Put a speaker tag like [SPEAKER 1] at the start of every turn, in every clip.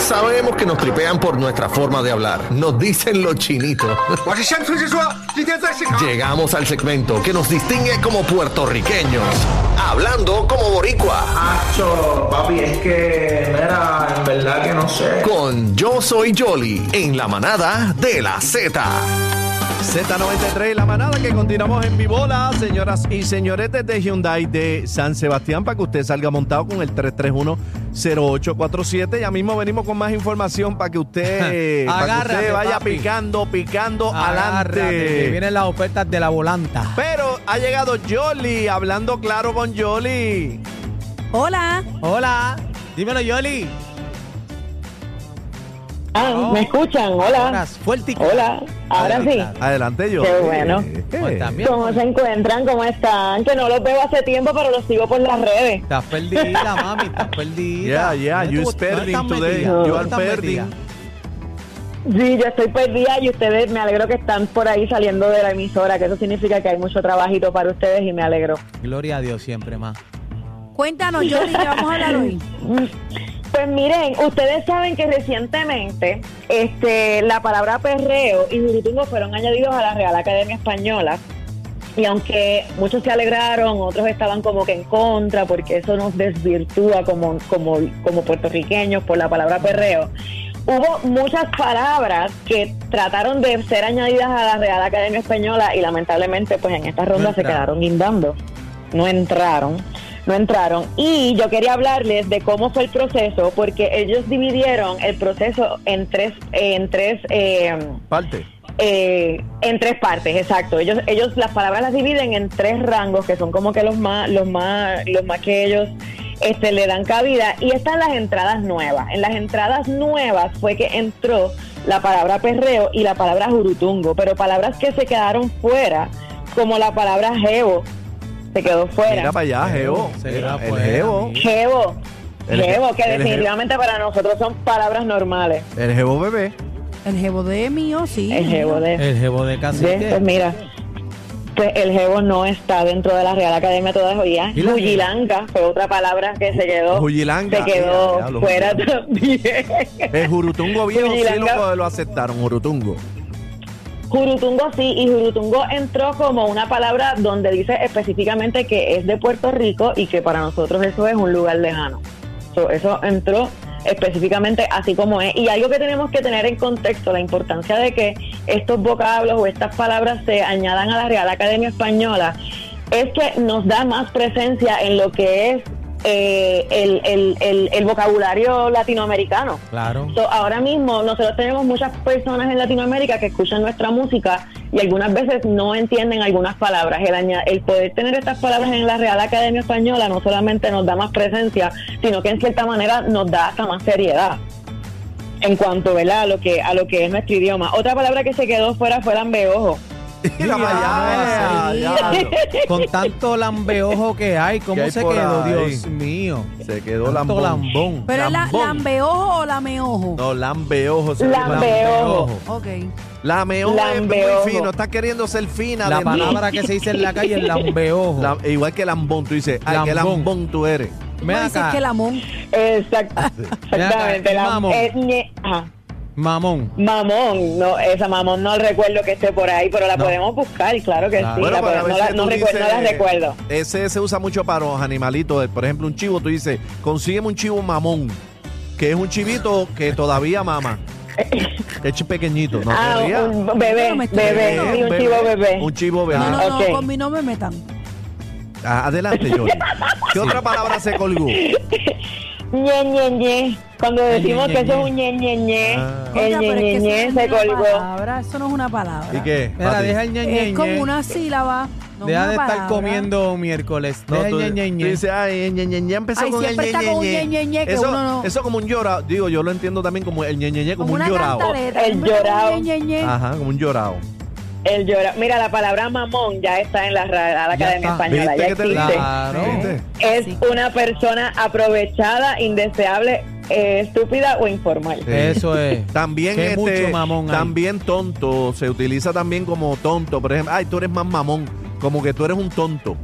[SPEAKER 1] Sabemos que nos tripean por nuestra forma de hablar. Nos dicen los chinitos.
[SPEAKER 2] 我是乡村之说，今天在现场。
[SPEAKER 1] Llegamos al segmento que nos distingue como puertorriqueños. Hablando como boricua.
[SPEAKER 3] Nacho, papi, es que, mira, en verdad que no sé.
[SPEAKER 1] Con Yo Soy Jolly en la manada de la Z.
[SPEAKER 4] Z93, la manada que continuamos en Vivola, señoras y señores, desde Hyundai de San Sebastián, para que usted salga montado con el 331-0847. Ya mismo venimos con más información para que usted, para que
[SPEAKER 5] Agárrate,
[SPEAKER 4] usted vaya
[SPEAKER 5] papi.
[SPEAKER 4] picando, picando
[SPEAKER 5] Agárrate, Ah, que
[SPEAKER 4] adelante.
[SPEAKER 5] vienen las ofertas de la volanta.
[SPEAKER 4] Pero ha llegado Jolly, hablando claro con Jolly.
[SPEAKER 6] Hola.
[SPEAKER 5] Hola. Dímelo, Yoli.
[SPEAKER 7] Ah, ¿me escuchan? Hola.
[SPEAKER 5] Buenas, fuerte y claro.
[SPEAKER 7] Hola. Ahora
[SPEAKER 5] Fuerte y
[SPEAKER 7] sí.
[SPEAKER 5] claro.
[SPEAKER 4] Adelante, Jolly.
[SPEAKER 7] bueno.
[SPEAKER 4] Eh,
[SPEAKER 5] Pues también,
[SPEAKER 7] ¿Cómo se encuentran? ¿Cómo están? Que no los veo hace tiempo, pero los sigo por las redes.
[SPEAKER 5] Estás perdida, mami, estás
[SPEAKER 4] Yeah,
[SPEAKER 5] perdida.
[SPEAKER 4] yeah,
[SPEAKER 5] ¿Dónde
[SPEAKER 4] you
[SPEAKER 5] tú-
[SPEAKER 4] is
[SPEAKER 5] dónde
[SPEAKER 4] perding
[SPEAKER 5] estás
[SPEAKER 4] today.
[SPEAKER 5] metida?
[SPEAKER 4] You
[SPEAKER 5] ¿Dónde
[SPEAKER 4] are
[SPEAKER 5] estás
[SPEAKER 4] perding.
[SPEAKER 5] metida?
[SPEAKER 7] Sí, yo estoy perdida y ustedes me alegro que están por ahí saliendo de la emisora, que eso significa que hay mucho trabajito para ustedes y me alegro.
[SPEAKER 5] Gloria a Dios siempre, más.
[SPEAKER 6] Cuéntanos, Jordi, ¿qué vamos a hablar hoy?
[SPEAKER 7] Pues miren, ustedes saben que recientemente este, la palabra perreo y juritungo fueron añadidos a la Real Academia Española. Y aunque muchos se alegraron, otros estaban como que en contra, porque eso nos desvirtúa como, como, como puertorriqueños por la palabra perreo. Hubo muchas palabras que trataron de ser añadidas a la Real Academia Española y lamentablemente pues en esta ronda se
[SPEAKER 5] entraron.
[SPEAKER 7] quedaron guindando. No entraron, no entraron. Y yo quería hablarles de cómo fue el proceso, porque ellos dividieron el proceso en tres, en tres eh,
[SPEAKER 4] Parte.
[SPEAKER 7] eh, en tres partes, exacto. Ellos, ellos las palabras las dividen en tres rangos que son como que los más, los más, los más que ellos este, le dan cabida. Y están las entradas nuevas. En las entradas nuevas fue que entró la palabra perreo y la palabra jurutungo, pero palabras que se quedaron fuera, como la palabra jevo, se quedó
[SPEAKER 4] Mira
[SPEAKER 7] fuera.
[SPEAKER 4] para allá, Geo.
[SPEAKER 5] Se le va
[SPEAKER 4] El
[SPEAKER 5] fuera,
[SPEAKER 4] Geo.
[SPEAKER 5] amigo.
[SPEAKER 7] Jevo,
[SPEAKER 4] El-
[SPEAKER 7] jevo, que
[SPEAKER 4] el-
[SPEAKER 7] definitivamente para nosotros son palabras normales.
[SPEAKER 4] El Geo bebé.
[SPEAKER 6] El jebo de mío, sí.
[SPEAKER 7] El jevo
[SPEAKER 4] Eh,
[SPEAKER 7] Eh, de
[SPEAKER 5] El jebo de
[SPEAKER 7] ¿Ves? Pues
[SPEAKER 5] cacique.
[SPEAKER 7] mira, pues el jevo no está dentro de la Real Academia todavía.
[SPEAKER 5] ¿Y la
[SPEAKER 7] Huyilanca fue otra palabra que se quedó,
[SPEAKER 4] Juyilanga.
[SPEAKER 7] se quedó
[SPEAKER 4] Ya, ya, lo-
[SPEAKER 7] fuera también.
[SPEAKER 4] El Jurutungo viejo sí lo,
[SPEAKER 7] Juyilanga.
[SPEAKER 4] lo aceptaron, Jurutungo.
[SPEAKER 7] Jurutungo sí, y Jurutungo entró como una palabra donde dice específicamente que es de Puerto Rico y que para nosotros eso es un lugar lejano. So, eso entró específicamente así como es. Y algo que tenemos que tener en contexto, la importancia de que estos vocablos o estas palabras se añadan a la Real Academia Española, es que nos da más presencia en lo que es eh, el- el- el- el vocabulario latinoamericano.
[SPEAKER 5] Claro.
[SPEAKER 7] So, ahora mismo nosotros tenemos muchas personas en Latinoamérica que escuchan nuestra música y algunas veces no entienden algunas palabras. El, aña- el poder tener estas palabras en la Real Academia Española no solamente nos da más presencia, sino que en cierta manera nos da hasta más seriedad en cuanto ¿verdad? a lo que a lo que es nuestro idioma. Otra palabra que se quedó fuera fue el ambeojo.
[SPEAKER 4] Mira para allá.
[SPEAKER 6] Dios.
[SPEAKER 4] diablo.
[SPEAKER 5] Con tanto lambeojo que hay,
[SPEAKER 4] ¿Qué
[SPEAKER 5] ¿cómo
[SPEAKER 4] hay
[SPEAKER 5] se
[SPEAKER 4] por
[SPEAKER 5] quedó?
[SPEAKER 4] ahí?
[SPEAKER 5] Dios mío.
[SPEAKER 4] Se quedó
[SPEAKER 5] Tanto
[SPEAKER 4] lambón.
[SPEAKER 5] lambón.
[SPEAKER 6] Pero es la,
[SPEAKER 4] Lambón.
[SPEAKER 6] lambeojo o lameojo.
[SPEAKER 4] No, lambeojo. se llama.
[SPEAKER 7] Lambeojo.
[SPEAKER 6] Ok.
[SPEAKER 4] Lameojo es
[SPEAKER 7] Lambeojo.
[SPEAKER 4] muy fino. Estás queriendo ser fina.
[SPEAKER 5] La
[SPEAKER 4] de-
[SPEAKER 5] palabra que se dice en la calle es lambeojo.
[SPEAKER 4] La- igual que lambón, tú dices. Ay, qué
[SPEAKER 5] Lambón.
[SPEAKER 4] lambón tú eres.
[SPEAKER 5] Ven
[SPEAKER 6] no dices
[SPEAKER 5] acá,
[SPEAKER 6] que lamón.
[SPEAKER 7] Exact- exactamente. la-
[SPEAKER 5] Mamón.
[SPEAKER 7] eh, ñe- ajá.
[SPEAKER 5] mamón.
[SPEAKER 7] Mamón, no, esa mamón no recuerdo que esté por ahí, pero la
[SPEAKER 5] No.
[SPEAKER 7] podemos buscar, claro que
[SPEAKER 5] Claro.
[SPEAKER 7] sí.
[SPEAKER 4] Bueno,
[SPEAKER 7] la
[SPEAKER 4] pero a
[SPEAKER 7] podemos- no,
[SPEAKER 4] veces
[SPEAKER 7] la, no
[SPEAKER 4] tú
[SPEAKER 7] recuerdo, no la
[SPEAKER 4] dices-
[SPEAKER 7] recuerdo.
[SPEAKER 4] Ese se usa mucho para los animalitos. Por ejemplo, un chivo, tú dices, consígueme un chivo mamón. Que es un chivito que todavía mama. Es chi- pequeñito, no
[SPEAKER 7] ah,
[SPEAKER 4] te rías.
[SPEAKER 7] un bebé,
[SPEAKER 6] No me estoy
[SPEAKER 7] bebé,
[SPEAKER 6] riendo.
[SPEAKER 7] sí, un
[SPEAKER 4] bebé,
[SPEAKER 7] chivo bebé.
[SPEAKER 4] Un chivo bebé.
[SPEAKER 6] No, no, no,
[SPEAKER 7] ok.
[SPEAKER 6] con mi no me metan.
[SPEAKER 4] Ah, Adelante, Johnny. ¿Qué otra palabra se colgó?
[SPEAKER 7] Ñe, Ñe, Ñe. Cuando
[SPEAKER 5] Ñe,
[SPEAKER 7] decimos
[SPEAKER 5] Ñe,
[SPEAKER 7] que eso
[SPEAKER 5] Ñe.
[SPEAKER 7] es un Ñe, Ñe, Ñe,
[SPEAKER 4] Ah.
[SPEAKER 7] el
[SPEAKER 6] Oiga,
[SPEAKER 7] Ñe,
[SPEAKER 6] pero
[SPEAKER 7] Ñe,
[SPEAKER 6] es que
[SPEAKER 7] Ñe
[SPEAKER 6] eso no
[SPEAKER 7] se
[SPEAKER 6] es una
[SPEAKER 7] colgó.
[SPEAKER 6] palabra, eso no es una palabra.
[SPEAKER 4] ¿Y qué?
[SPEAKER 5] Mira,
[SPEAKER 4] Pati?
[SPEAKER 5] deja el ñe, ñe,
[SPEAKER 6] Es como
[SPEAKER 5] ñe.
[SPEAKER 6] una sílaba. No,
[SPEAKER 5] Deja
[SPEAKER 6] una
[SPEAKER 5] de estar
[SPEAKER 6] palabra.
[SPEAKER 5] comiendo miércoles.
[SPEAKER 4] No,
[SPEAKER 5] Deja
[SPEAKER 4] tú,
[SPEAKER 5] ñe, ñe,
[SPEAKER 4] tú
[SPEAKER 5] ñe.
[SPEAKER 4] dices, ay, ñe, ñe, ñe, empezó
[SPEAKER 6] Ay,
[SPEAKER 4] con el
[SPEAKER 6] siempre
[SPEAKER 4] ñe,
[SPEAKER 6] está
[SPEAKER 4] ñe,
[SPEAKER 6] con un
[SPEAKER 4] ñe.
[SPEAKER 6] ñe, ñe, ñe, que
[SPEAKER 4] eso,
[SPEAKER 6] uno no-
[SPEAKER 4] eso como un llorado. Digo, yo lo entiendo también como el ñe, ñe, ñe, como
[SPEAKER 6] Como
[SPEAKER 4] un
[SPEAKER 6] una
[SPEAKER 4] llorado. Ah.
[SPEAKER 6] cantaleta.
[SPEAKER 7] El
[SPEAKER 6] siempre
[SPEAKER 7] llorado.
[SPEAKER 6] ñe, ñe, ñe.
[SPEAKER 4] Ajá, como un llorado.
[SPEAKER 7] El llora. Mira, la palabra mamón ya está en la Real
[SPEAKER 5] Ya
[SPEAKER 7] Academia
[SPEAKER 5] está.
[SPEAKER 7] Española. Ya
[SPEAKER 4] ¿Viste que te
[SPEAKER 7] existe.
[SPEAKER 4] dije?
[SPEAKER 5] Claro.
[SPEAKER 4] ¿Viste?
[SPEAKER 7] Es una persona aprovechada, indeseable, eh, estúpida o informal.
[SPEAKER 5] Eso es.
[SPEAKER 4] También
[SPEAKER 5] Que
[SPEAKER 4] este,
[SPEAKER 5] mucho mamón hay.
[SPEAKER 4] también tonto, se utiliza también como tonto, por ejemplo, ay, tú eres más mamón, como que tú eres un tonto.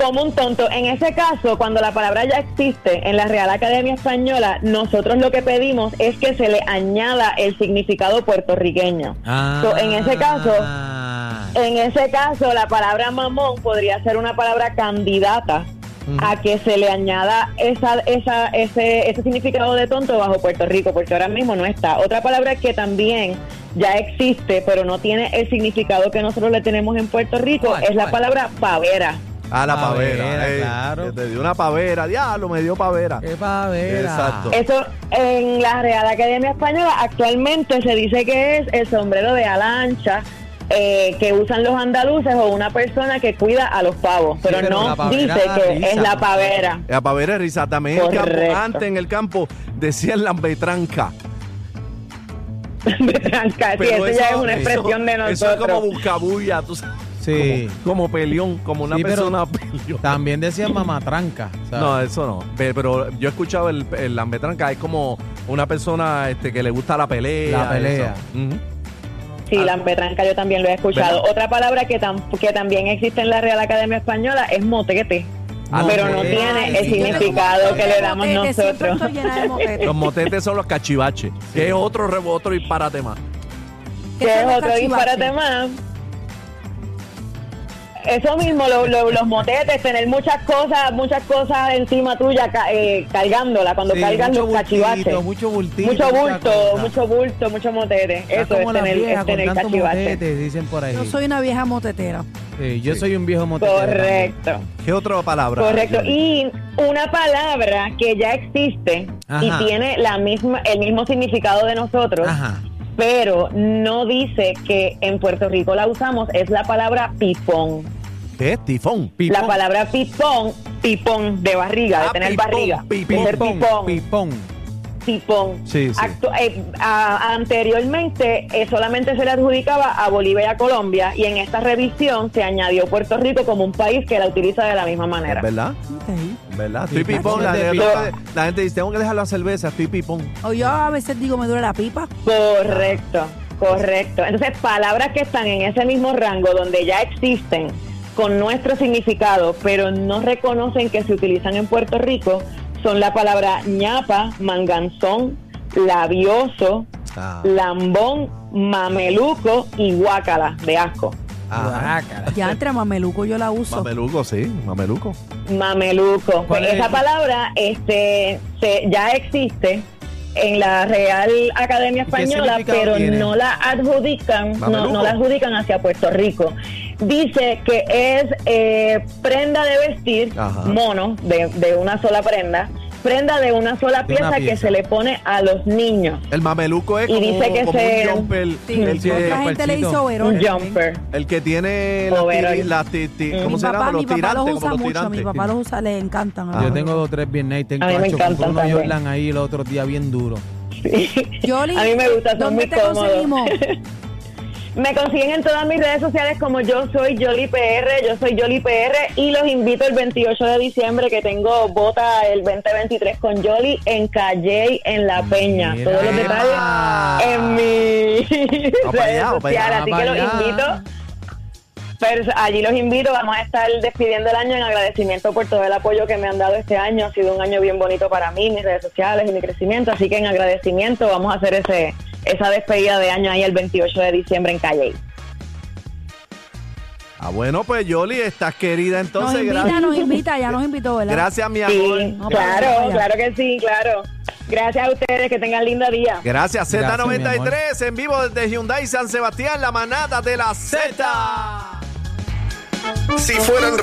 [SPEAKER 7] Como un tonto. En ese caso, cuando la palabra ya existe en la Real Academia Española, nosotros lo que pedimos es que se le añada el significado puertorriqueño.
[SPEAKER 5] Ah.
[SPEAKER 7] So, en ese caso, En ese caso, la palabra mamón podría ser una palabra candidata a que se le añada esa, esa, ese, ese significado de tonto bajo Puerto Rico, porque ahora mismo no está. Otra palabra que también ya existe, pero no tiene el significado que nosotros le tenemos en Puerto Rico,
[SPEAKER 5] ¿Cuál,
[SPEAKER 7] es la
[SPEAKER 5] cuál?
[SPEAKER 7] palabra pavera.
[SPEAKER 4] Ah, la pavera.
[SPEAKER 5] Pavera,
[SPEAKER 4] ey,
[SPEAKER 5] claro. Eh,
[SPEAKER 4] que Te dio una pavera, diablo, me dio pavera.
[SPEAKER 5] Qué pavera.
[SPEAKER 4] Exacto.
[SPEAKER 7] Eso en la Real Academia Española actualmente se dice que es el sombrero de ala ancha. eh, que usan los andaluces o una persona que cuida a los pavos, pero,
[SPEAKER 5] pero la
[SPEAKER 7] no
[SPEAKER 5] pavera
[SPEAKER 7] dice
[SPEAKER 5] da
[SPEAKER 7] que
[SPEAKER 5] risa,
[SPEAKER 7] es la
[SPEAKER 5] ¿no?
[SPEAKER 7] pavera.
[SPEAKER 4] La pavera es risa. También en el campo,
[SPEAKER 7] Correcto.
[SPEAKER 4] antes en el campo decían lambetranca.
[SPEAKER 7] Branca, sí, eso ya es una
[SPEAKER 4] eso-
[SPEAKER 7] expresión de nosotros.
[SPEAKER 4] Eso es como buscabulla, tú sabes.
[SPEAKER 5] Sí.
[SPEAKER 4] Como, como peleón, como una
[SPEAKER 5] Sí, pero-
[SPEAKER 4] persona peleón.
[SPEAKER 5] También decía mamatranca. ¿sabes?
[SPEAKER 4] No, eh. eso no. Pe- Pero yo he escuchado el, el lambetranca, es como una persona este, que le gusta la pelea.
[SPEAKER 5] La pelea.
[SPEAKER 4] eso. Ujú.
[SPEAKER 7] Sí, la petranca yo también lo he escuchado.
[SPEAKER 4] ¿Verdad?
[SPEAKER 7] Otra palabra que, tam- que también existe en la Real Academia Española es motete.
[SPEAKER 4] Ah,
[SPEAKER 7] pero no
[SPEAKER 4] motete.
[SPEAKER 7] tiene el
[SPEAKER 4] Sí, yo tengo
[SPEAKER 7] significado que le damos
[SPEAKER 6] Motete, Siempre
[SPEAKER 7] nosotros.
[SPEAKER 6] estoy llena de motete.
[SPEAKER 4] Los motetes son los cachivaches, que es otro rebo, otro disparate más.
[SPEAKER 6] ¿Qué
[SPEAKER 7] Que es
[SPEAKER 6] son los
[SPEAKER 7] otro disparate
[SPEAKER 6] cachivaches?
[SPEAKER 7] más. Eso mismo, lo- lo- los motetes, tener muchas cosas, muchas cosas encima tuya, ca- eh, cargándola, cuando
[SPEAKER 5] Sí,
[SPEAKER 7] cargan
[SPEAKER 5] mucho
[SPEAKER 7] los cachivaches.
[SPEAKER 5] bultito, mucho bultito.
[SPEAKER 7] Mucho
[SPEAKER 5] mucha
[SPEAKER 7] bulto,
[SPEAKER 5] cosa.
[SPEAKER 7] mucho bulto, mucho motete.
[SPEAKER 5] Está
[SPEAKER 7] Eso es
[SPEAKER 5] como las
[SPEAKER 7] tener,
[SPEAKER 5] viejas
[SPEAKER 7] es
[SPEAKER 5] con
[SPEAKER 7] tener
[SPEAKER 5] tanto
[SPEAKER 7] cachivache.
[SPEAKER 5] motete, dicen por ahí.
[SPEAKER 6] Yo soy una vieja motetera.
[SPEAKER 5] Sí, yo soy un viejo motete.
[SPEAKER 7] Correcto.
[SPEAKER 4] ¿Qué otra palabra?
[SPEAKER 7] Correcto.
[SPEAKER 4] Yoli?
[SPEAKER 7] Y una palabra que ya existe
[SPEAKER 5] Ajá.
[SPEAKER 7] y tiene la misma, el mismo significado de nosotros,
[SPEAKER 5] Ajá.
[SPEAKER 7] pero no dice que en Puerto Rico la usamos, es la palabra pipón.
[SPEAKER 4] ¿Qué es tifón?
[SPEAKER 5] Pipón.
[SPEAKER 7] La palabra pipón, pipón de barriga,
[SPEAKER 4] Ah,
[SPEAKER 7] de tener
[SPEAKER 4] pipón,
[SPEAKER 7] barriga,
[SPEAKER 4] pipón,
[SPEAKER 7] de ser
[SPEAKER 5] Pipón.
[SPEAKER 7] pipón,
[SPEAKER 5] Pipón.
[SPEAKER 7] pipón.
[SPEAKER 4] Sí, sí.
[SPEAKER 7] Actu- eh, a- anteriormente eh, solamente se le adjudicaba a Bolivia y a Colombia y en esta revisión se añadió Puerto Rico como un país que la utiliza de la misma manera.
[SPEAKER 4] ¿Es ¿Verdad?
[SPEAKER 6] Ok.
[SPEAKER 4] ¿Es ¿Verdad? Estoy
[SPEAKER 5] Pipón
[SPEAKER 4] pipón. La,
[SPEAKER 5] es Ah, de
[SPEAKER 4] gente-
[SPEAKER 5] pipón.
[SPEAKER 4] la gente dice, tengo que dejar la cerveza, estoy pipón.
[SPEAKER 6] O yo a veces digo, me duele la pipa.
[SPEAKER 7] Correcto, correcto. Entonces, palabras que están en ese mismo rango donde ya existen con nuestro significado, pero no reconocen que se utilizan en Puerto Rico, son la palabra ñapa, manganzón, labioso,
[SPEAKER 4] Ah.
[SPEAKER 7] lambón, mameluco y guácala, de asco.
[SPEAKER 5] ah,
[SPEAKER 4] Ajá.
[SPEAKER 5] Guácala.
[SPEAKER 6] Ya entre mameluco yo la uso.
[SPEAKER 4] Mameluco, sí, mameluco.
[SPEAKER 7] Mameluco.
[SPEAKER 5] ¿Cuál
[SPEAKER 7] Pues
[SPEAKER 5] es?
[SPEAKER 7] esa palabra este, se- ya existe en la Real Academia
[SPEAKER 5] ¿Y qué
[SPEAKER 7] Española,
[SPEAKER 5] significado
[SPEAKER 7] pero
[SPEAKER 5] tiene?
[SPEAKER 7] no la adjudican, no,
[SPEAKER 4] Mameluco.
[SPEAKER 7] no la adjudican hacia Puerto Rico. Dice que es eh, prenda de vestir,
[SPEAKER 4] Ajá.
[SPEAKER 7] mono, de, de una sola prenda, prenda de una sola
[SPEAKER 5] De una
[SPEAKER 7] pieza, que
[SPEAKER 5] pieza.
[SPEAKER 7] se le pone a los niños,
[SPEAKER 4] El mameluco es
[SPEAKER 7] Y
[SPEAKER 4] como,
[SPEAKER 7] dice que
[SPEAKER 4] como
[SPEAKER 7] se-
[SPEAKER 4] un jumper.
[SPEAKER 6] Sí,
[SPEAKER 4] el,
[SPEAKER 6] otra
[SPEAKER 4] que,
[SPEAKER 6] gente le
[SPEAKER 5] Perchito.
[SPEAKER 6] hizo
[SPEAKER 7] un
[SPEAKER 6] overoles.
[SPEAKER 7] jumper.
[SPEAKER 4] el que tiene las
[SPEAKER 7] Overall.
[SPEAKER 4] tiri- las ti- ti-
[SPEAKER 7] Mm.
[SPEAKER 4] ¿cómo
[SPEAKER 6] Mi
[SPEAKER 4] se llama?
[SPEAKER 6] papá,
[SPEAKER 4] Los
[SPEAKER 6] mi papá los
[SPEAKER 4] tirantes,
[SPEAKER 6] usa
[SPEAKER 4] como los
[SPEAKER 6] mucho. Mi
[SPEAKER 4] tirantes.
[SPEAKER 6] papá los usa, le encantan.
[SPEAKER 4] Ah.
[SPEAKER 5] Yo tengo dos o tres Bien Night. Tengo
[SPEAKER 7] A mí me
[SPEAKER 5] ocho, compré
[SPEAKER 7] encantan
[SPEAKER 5] uno
[SPEAKER 7] también.
[SPEAKER 5] Jordan ahí y el otro día bien duro.
[SPEAKER 6] Yoli,
[SPEAKER 7] A mí me gusta, son muy
[SPEAKER 6] ¿dónde te
[SPEAKER 7] cómodos.
[SPEAKER 6] conseguimos?
[SPEAKER 7] Me consiguen en todas mis redes sociales como yo soy Yoli PR, yo soy Yoli PR y los invito el 28 de diciembre que tengo Bota el 2023 con Yoli en Calle en La Peña.
[SPEAKER 5] Mira.
[SPEAKER 7] Todos los detalles
[SPEAKER 5] Ah.
[SPEAKER 7] en mi
[SPEAKER 4] Va para
[SPEAKER 7] redes
[SPEAKER 4] allá, va para allá,
[SPEAKER 5] va
[SPEAKER 7] sociales, así que
[SPEAKER 5] para
[SPEAKER 7] los
[SPEAKER 5] allá.
[SPEAKER 7] invito. Pero allí los invito, vamos a estar despidiendo el año en agradecimiento por todo el apoyo que me han dado este año. Ha sido un año bien bonito para mí, mis redes sociales y mi crecimiento, así que en agradecimiento vamos a hacer ese esa despedida de año ahí el 28 de diciembre en Calle.
[SPEAKER 4] Ah, bueno, pues Yoli, estás querida
[SPEAKER 6] Nos
[SPEAKER 4] entonces.
[SPEAKER 6] invita,
[SPEAKER 4] gracias,
[SPEAKER 6] nos invita, ya nos invitó, ¿verdad?
[SPEAKER 4] gracias, mi amor.
[SPEAKER 7] Sí,
[SPEAKER 6] No, para
[SPEAKER 7] claro,
[SPEAKER 6] allá.
[SPEAKER 7] claro que sí, claro. Gracias a ustedes, que tengan lindo día.
[SPEAKER 4] Gracias,
[SPEAKER 5] Gracias, mi
[SPEAKER 4] Z93, en vivo desde Hyundai San Sebastián, la manada de la Z.
[SPEAKER 1] Si fueran